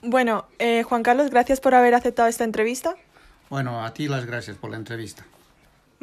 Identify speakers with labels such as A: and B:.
A: Bueno, eh, Juan Carlos, gracias por haber aceptado esta entrevista.
B: Bueno, a ti las gracias por la entrevista.